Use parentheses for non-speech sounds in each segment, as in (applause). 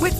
With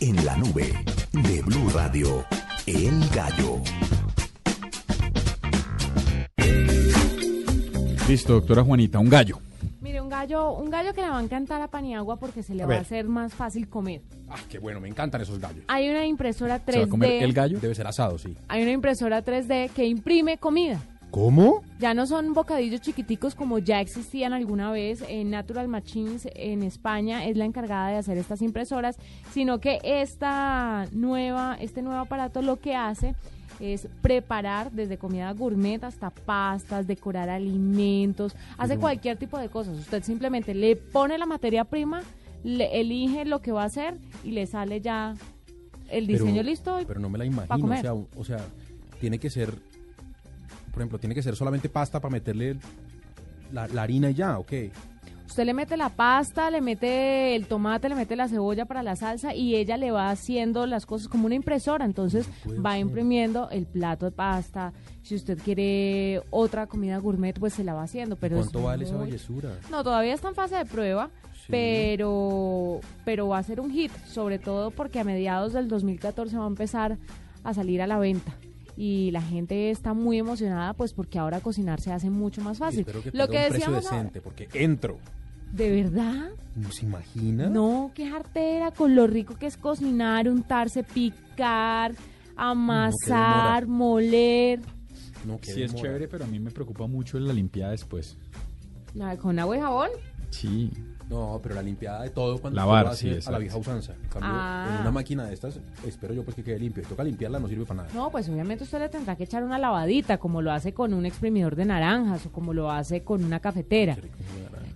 En la nube de Blue Radio, El Gallo. Listo, doctora Juanita, un gallo. Mire, un gallo, un gallo que le va a encantar a Paniagua porque se le A va ver. a hacer más fácil comer. Ah, qué bueno, me encantan esos gallos. Hay una impresora 3D. ¿Se va a comer el gallo? Debe ser asado, sí. Hay una impresora 3D que imprime comida. ¿Cómo? Ya no son bocadillos chiquiticos como ya existían alguna vez. en Natural Machines en España es la encargada de hacer estas impresoras, sino que esta nueva, este nuevo aparato lo que hace es preparar desde comida gourmet hasta pastas, decorar alimentos, hace cualquier tipo de cosas. Usted simplemente le pone la materia prima, le elige lo que va a hacer y le sale ya el diseño listo. y- Pero no me la pa' imagino. O comer. sea, o o sea, tiene que ser, por ejemplo, tiene que ser solamente pasta para meterle la, la harina y ya, ¿ok? Usted le mete la pasta, le mete el tomate, le mete la cebolla para la salsa y ella le va haciendo las cosas como una impresora. Entonces va imprimiendo el plato de pasta. Si usted quiere otra comida gourmet, pues se la va haciendo. Pero es ¿Cuánto vale esa muy- bellezura? No, todavía está en fase de prueba, Sí. pero, pero va a ser un hit, sobre todo porque a mediados del 2014 va a empezar a salir a la venta. Y la gente está muy emocionada, pues porque ahora cocinar se hace mucho más Y fácil. Espero que Lo que tenga un precio decíamos, ahora- decente, porque entro. ¿de verdad? ¿No se imagina? No, qué jartera, con lo rico que es cocinar, untarse, picar, amasar, moler. No, qué Sí, es demora. chévere, pero a mí me preocupa mucho la limpiada después. La- ¿Con agua y jabón? Sí. No, pero la limpiada de todo cuando Lavar, usted lo sí, hace a la exacto. vieja usanza. En cambio, Ah. en una máquina de estas, espero yo pues que quede limpio. Toca limpiarla, no sirve para nada. No, pues obviamente usted le tendrá que echar una lavadita, como lo hace con un exprimidor de naranjas o como lo hace con una cafetera.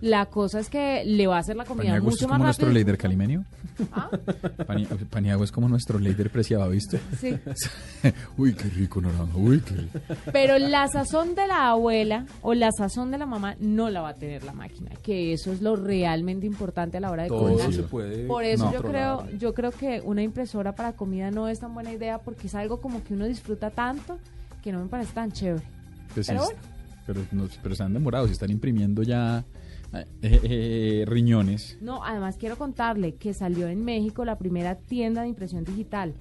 La cosa es que le va a hacer la comida Paniagua es mucho como más nuestro rápido. líder calimenio. Ah. (laughs) Pani- Paniagua es como nuestro líder preciado, ¿viste? (laughs) Sí. uy, qué rico naranja, uy, qué rico. Pero la sazón de la abuela o la sazón de la mamá no la va a tener la máquina, que eso es lo realmente importante a la hora de Todo cocinar. se Coincido. puede. Por eso No. yo controlar. creo, yo creo que una impresora para comida no es tan buena idea porque es algo como que uno disfruta tanto que no me parece tan chévere. Pues sí, Pero bueno. pero, no- pero se han demorado, se están imprimiendo ya eh, eh, riñones. No, además quiero contarle que salió en México la primera tienda de impresión digital,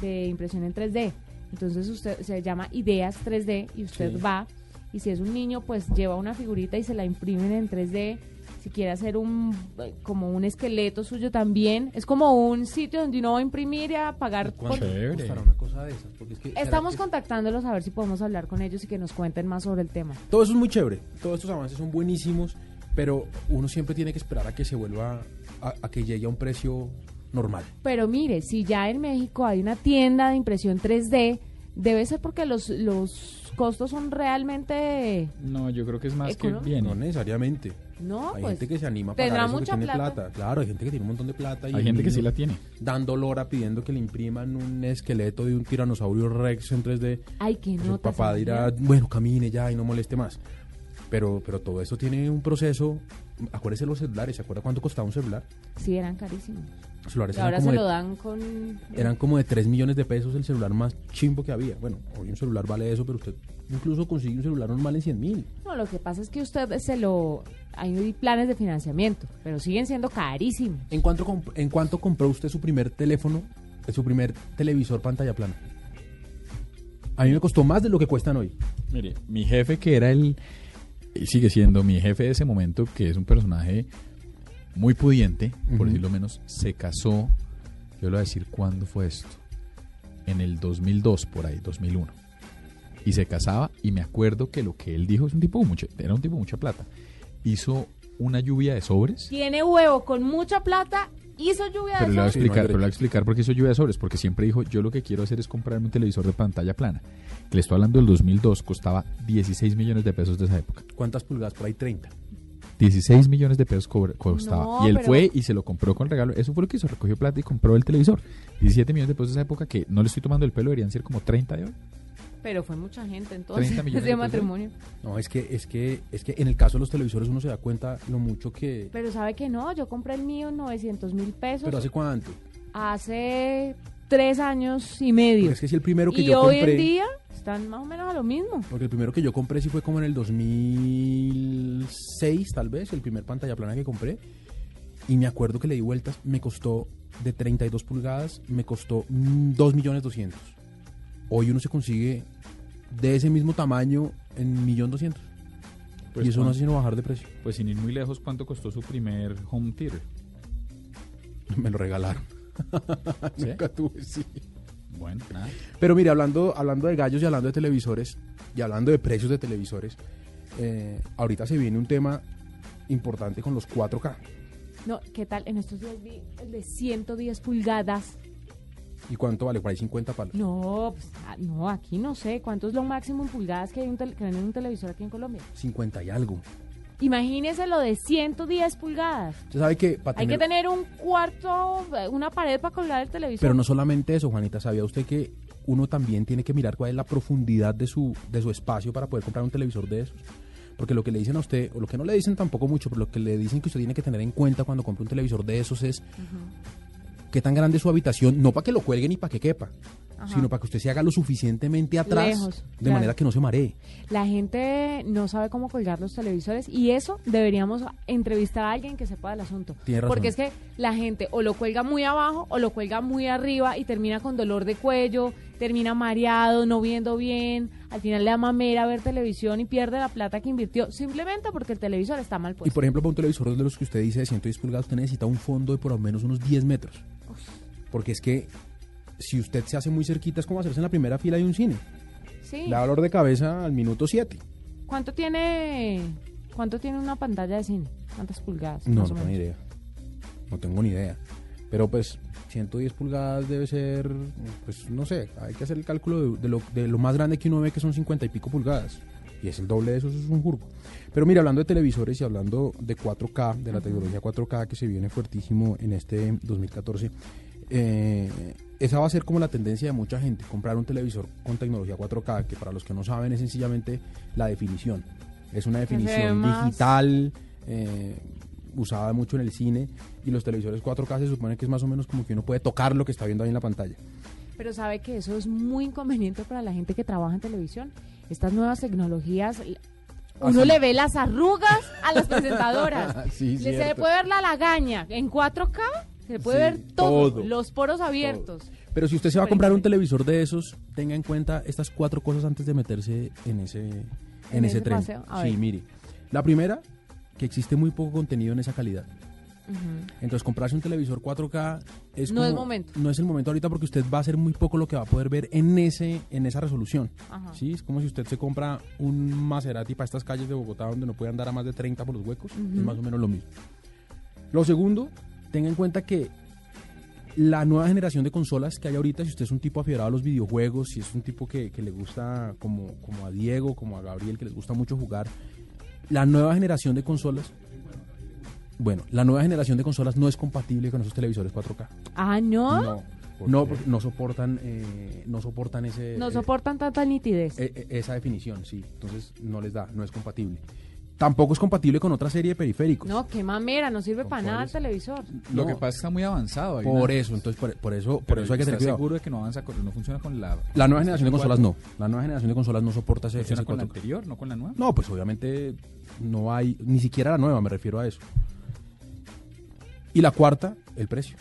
de impresión en 3D. Entonces usted se llama Ideas 3D y usted va y si es un niño pues lleva una figurita y se la imprimen en 3D. Si quiere hacer un eh, como un esqueleto suyo también, es como un sitio donde uno va a imprimir y a pagar por Chévere. costará una cosa de esas? Porque es que, ¿será Estamos que- contactándolos a ver si podemos hablar con ellos y que nos cuenten más sobre el tema. Todo eso es muy chévere, todos estos avances son buenísimos, pero uno siempre tiene que esperar a que se vuelva, a, a que llegue a un precio normal. Pero mire, si ya en México hay una tienda de impresión 3D, debe ser porque los, los costos son realmente... No, yo creo que es más que Económico. bien. No necesariamente. No, hay pues, gente que se anima a tendrá pagar eso que mucha tiene plata. plata. Claro, hay gente que tiene un montón de plata. Y Hay un gente que niño sí la tiene. Dando lora pidiendo que le impriman un esqueleto de un tiranosaurio rex en 3D. Ay, que Pues no. el papá dirá, bueno, camine ya y no moleste más. Pero, pero todo eso tiene un proceso. Acuérdese los celulares, ¿se acuerda cuánto costaba un celular? Sí, eran carísimos. Los celulares Y pues eran ahora como se de lo dan con... Eran como de 3 millones de pesos el celular más chimbo que había. Bueno, hoy un celular vale eso, pero usted incluso consigue un celular normal en 100 mil. No, lo que pasa es que usted se lo... Hay planes de financiamiento, pero siguen siendo carísimos. ¿En cuánto, comp- ¿En cuánto compró usted su primer teléfono, eh, su primer televisor pantalla plana? A mí me costó más de lo que cuestan hoy. Mire, mi jefe que era el y sigue siendo mi jefe de ese momento, que es un personaje muy pudiente, por decirlo menos, se casó, yo le voy a decir cuándo fue esto, en el 2002 por ahí, 2001. Y se casaba y me acuerdo que lo que él dijo es un tipo de mucha, era un tipo de mucha plata. Hizo una lluvia de sobres. Tiene huevo con mucha plata, hizo lluvia Pero le voy a de esos- no hay explicar, pero le voy derecho. a explicar por qué hizo lluvia de sobres, porque siempre dijo, yo lo que quiero hacer es comprarme un televisor de pantalla plana. Que le estoy hablando del 2002, costaba 16 millones de pesos de esa época. ¿Cuántas pulgadas? Por ahí 30. 16 millones de pesos cobra- costaba. No, y él pero- fue y se lo compró con regalo. Eso fue lo que hizo, recogió plata y compró el televisor. 17 millones de pesos de esa época que no le estoy tomando el pelo, deberían ser como 30 de hoy. Pero fue mucha gente entonces (laughs) 30 millones de de pesos. matrimonio. No, es que, es que, es que en el caso de los televisores uno se da cuenta lo mucho que. Pero sabe que no, yo compré el mío en 900 mil pesos Pero hace cuánto. hace tres años y medio. Porque es que si el primero que y yo hoy compré- en día están más o menos a lo mismo. Porque el primero que yo compré sí fue como en el 2006, tal vez, el primer pantalla plana que compré. Y me acuerdo que le di vueltas, me costó de 32 pulgadas, me costó mm, 2 millones 200. Hoy uno se consigue de ese mismo tamaño en 1.200.000. Pues, y eso no ¿cuánto? hace sino bajar de precio. Pues sin ir muy lejos, ¿cuánto costó su primer home theater? (laughs) Me lo regalaron. ¿Sí? Nunca tuve, (laughs) sí. Bueno, nada. Pero mire, hablando, hablando de gallos y hablando de televisores y hablando de precios de televisores, eh, ahorita se viene un tema importante con los 4K. No, ¿qué tal? En estos días vi el de 110 pulgadas. ¿Y cuánto vale? Por ahí 50 palos. No, pues, ah, no, aquí no sé. ¿Cuánto es lo máximo en pulgadas que hay, un tel- que hay en un televisor aquí en Colombia? 50 y algo. Imagínese lo de 110 pulgadas. Usted sabe que para Hay que tener un cuarto, eh, una pared para colgar el televisor. Pero no solamente eso, Juanita. ¿Sabía usted que uno también tiene que mirar cuál es la profundidad de su, de su espacio para poder comprar un televisor de esos? Porque lo que le dicen a usted, o lo que no le dicen tampoco mucho, pero lo que le dicen que usted tiene que tener en cuenta cuando compre un televisor de esos es qué tan grande es su habitación, no para que lo cuelgue ni para que quepa, sino para que usted se haga lo suficientemente atrás Lejos, de claro. manera que no se maree. La gente no sabe cómo colgar los televisores y eso deberíamos entrevistar a alguien que sepa del asunto. Tiene razón. Porque es que la gente o lo cuelga muy abajo o lo cuelga muy arriba y termina con dolor de cuello, termina mareado, no viendo bien, al final le da mamera ver televisión y pierde la plata que invirtió simplemente porque el televisor está mal Y puesto. por ejemplo, para un televisor de los que usted dice de 110 pulgadas, usted necesita un fondo de por lo menos unos 10 metros. Porque es que si usted se hace muy cerquita, es como hacerse en la primera fila de un cine. Sí. Le da dolor de cabeza al minuto 7. ¿Cuánto tiene cuánto tiene una pantalla de cine? ¿Cuántas pulgadas? No, no más o tengo ni menos? idea. No tengo ni idea. Pero pues 110 pulgadas debe ser, pues no sé, hay que hacer el cálculo de, de lo, de lo más grande que uno ve que son 50 y pico pulgadas. Y es el doble de eso, eso es un jurbo. Pero mira, hablando de televisores y hablando de 4K, de la tecnología 4K que se viene fuertísimo en este 2014, eh, esa va a ser como la tendencia de mucha gente, comprar un televisor con tecnología 4K, que para los que no saben es sencillamente la definición. Es una se ve definición más- digital, eh, usada mucho en el cine y los televisores 4K se supone que es más o menos como que uno puede tocar lo que está viendo ahí en la pantalla. Pero sabe que eso es muy inconveniente para la gente que trabaja en televisión. Estas nuevas tecnologías, l- uno Así. le ve las arrugas a las presentadoras. (laughs) Sí, Le- se le cierto. puede ver la lagaña en 4K, se le puede Sí, ver todo, todo, los poros abiertos. Pero si usted se va a comprar un Impresionante. televisor de esos, tenga en cuenta estas cuatro cosas antes de meterse en ese, en En ese, ese tren. paseo, a Sí, ver. mire. La primera, que existe muy poco contenido en esa calidad. Entonces comprarse un televisor 4K es No es como- momento. No es el momento ahorita porque usted va a hacer muy poco lo que va a poder ver en ese en esa resolución. Ajá. Sí, es como si usted se compra un Maserati para estas calles de Bogotá donde no puede andar a más de 30 por los huecos, es más o menos lo mismo. Lo segundo, tenga en cuenta que la nueva generación de consolas que hay ahorita, si usted es un tipo aficionado a los videojuegos, si es un tipo que, que le gusta, como, como a Diego, como a Gabriel, que les gusta mucho jugar, la nueva generación de consolas, bueno, la nueva generación de consolas no es compatible con esos televisores 4K. Ah, no, no, No, no, porque no soportan, eh, no soportan ese... eh, soportan tanta nitidez. e- e- esa definición, sí. Entonces no les da, no es compatible. Tampoco es compatible con otra serie de periféricos. no, qué mamera, no sirve para nada el televisor. Lo No. que pasa es que está muy avanzado. ahí, Por ¿no? eso, entonces por, por eso, por Pero eso hay que tener ¿estás cuidado. seguro de que no avanza, con- no funciona con la... La nueva generación de consolas no. La nueva generación de consolas no soporta ese, Funciona ese con la 4K. anterior, no con la nueva. No, pues obviamente no hay, ni siquiera la nueva, me refiero a eso. Y la cuarta, el precio.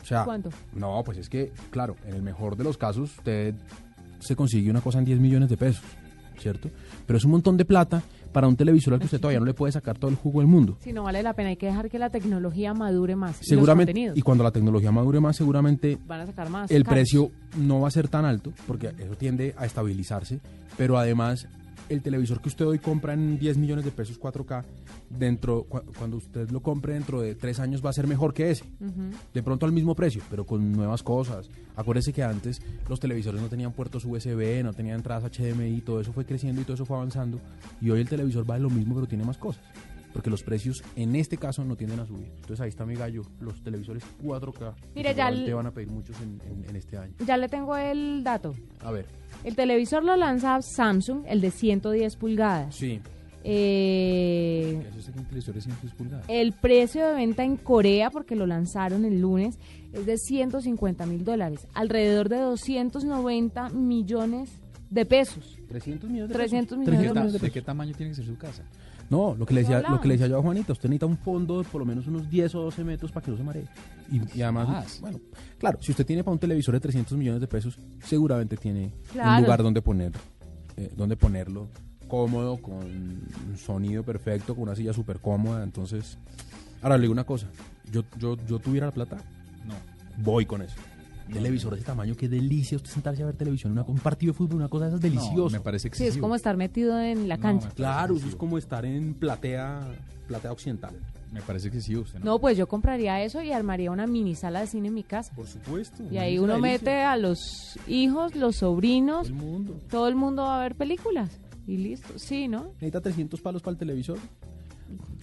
O sea, ¿Cuánto? No, pues es que, claro, en el mejor de los casos, usted se consigue una cosa en 10 millones de pesos, ¿cierto? Pero es un montón de plata para un televisor al que usted todavía no le puede sacar todo el jugo del mundo. Si no vale la pena, hay que dejar que la tecnología madure más. y los Seguramente, contenidos y cuando la tecnología madure más, seguramente van a sacar más. el caros. precio no va a ser tan alto, porque eso tiende a estabilizarse, pero además el televisor que usted hoy compra en 10 millones de pesos 4K, dentro cu- cuando usted lo compre dentro de tres años va a ser mejor que ese. De pronto al mismo precio, pero con nuevas cosas. Acuérdese que antes los televisores no tenían puertos USB, no tenían entradas HDMI, todo eso fue creciendo y todo eso fue avanzando. Y hoy el televisor vale lo mismo, pero tiene más cosas. porque los precios en este caso no tienden a subir. Entonces ahí está mi gallo, los televisores 4K. Mire, que ya seguramente el- van a pedir muchos en, en- en este año. Ya le tengo el dato. A ver, El televisor lo lanza Samsung, el de 110 pulgadas. sí. Eh, Eso es un televisor de 100 pulgadas. el precio de venta en Corea, porque lo lanzaron el lunes, es de 150 mil dólares, alrededor de 290 millones de pesos. 300 millones de 300 pesos. millones ¿De qué, ta- 300 de qué tamaño tiene que ser su casa? No, lo que le decía, Hola. lo que le decía yo a Juanita, usted necesita un fondo de por lo menos unos 10 o 12 metros para que no se maree. Y, y además, Más. bueno, claro, si usted tiene para un televisor de 300 millones de pesos, seguramente tiene Claro. un lugar donde poner, eh, donde ponerlo cómodo, con un sonido perfecto, con una silla súper cómoda. Entonces, ahora le digo una cosa, yo, yo, yo tuviera la plata, No. voy con eso. Televisor de ese tamaño, qué delicia usted sentarse a ver televisión, una- un partido de fútbol, una cosa de esas deliciosa. me parece Sí, excesivo. es como estar metido en la No, cancha. Claro, eso es como estar en platea, platea occidental. Me parece excesivo usted, ¿no? No, pues yo compraría eso y armaría una mini sala de cine en mi casa. Por supuesto. Y ahí uno mete a los hijos, los sobrinos, el mundo. todo el mundo va a ver películas. Y listo, sí, ¿no? Necesita 300 palos para el televisor.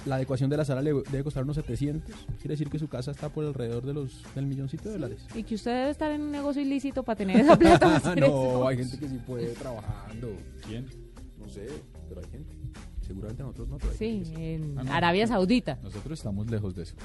La adecuación de la sala le debe costar unos 700. Quiere decir que su casa está por alrededor de los, del milloncito de (laughs) dólares. Y que usted debe estar en un negocio ilícito para tener (laughs) esa plata. (laughs) para hacer eso. hay gente que sí puede trabajando. ¿Quién? No sé, pero hay gente. Seguramente nosotros no. pero hay Sí, gente que en Ah, no. Arabia Saudita. Nosotros estamos lejos de eso.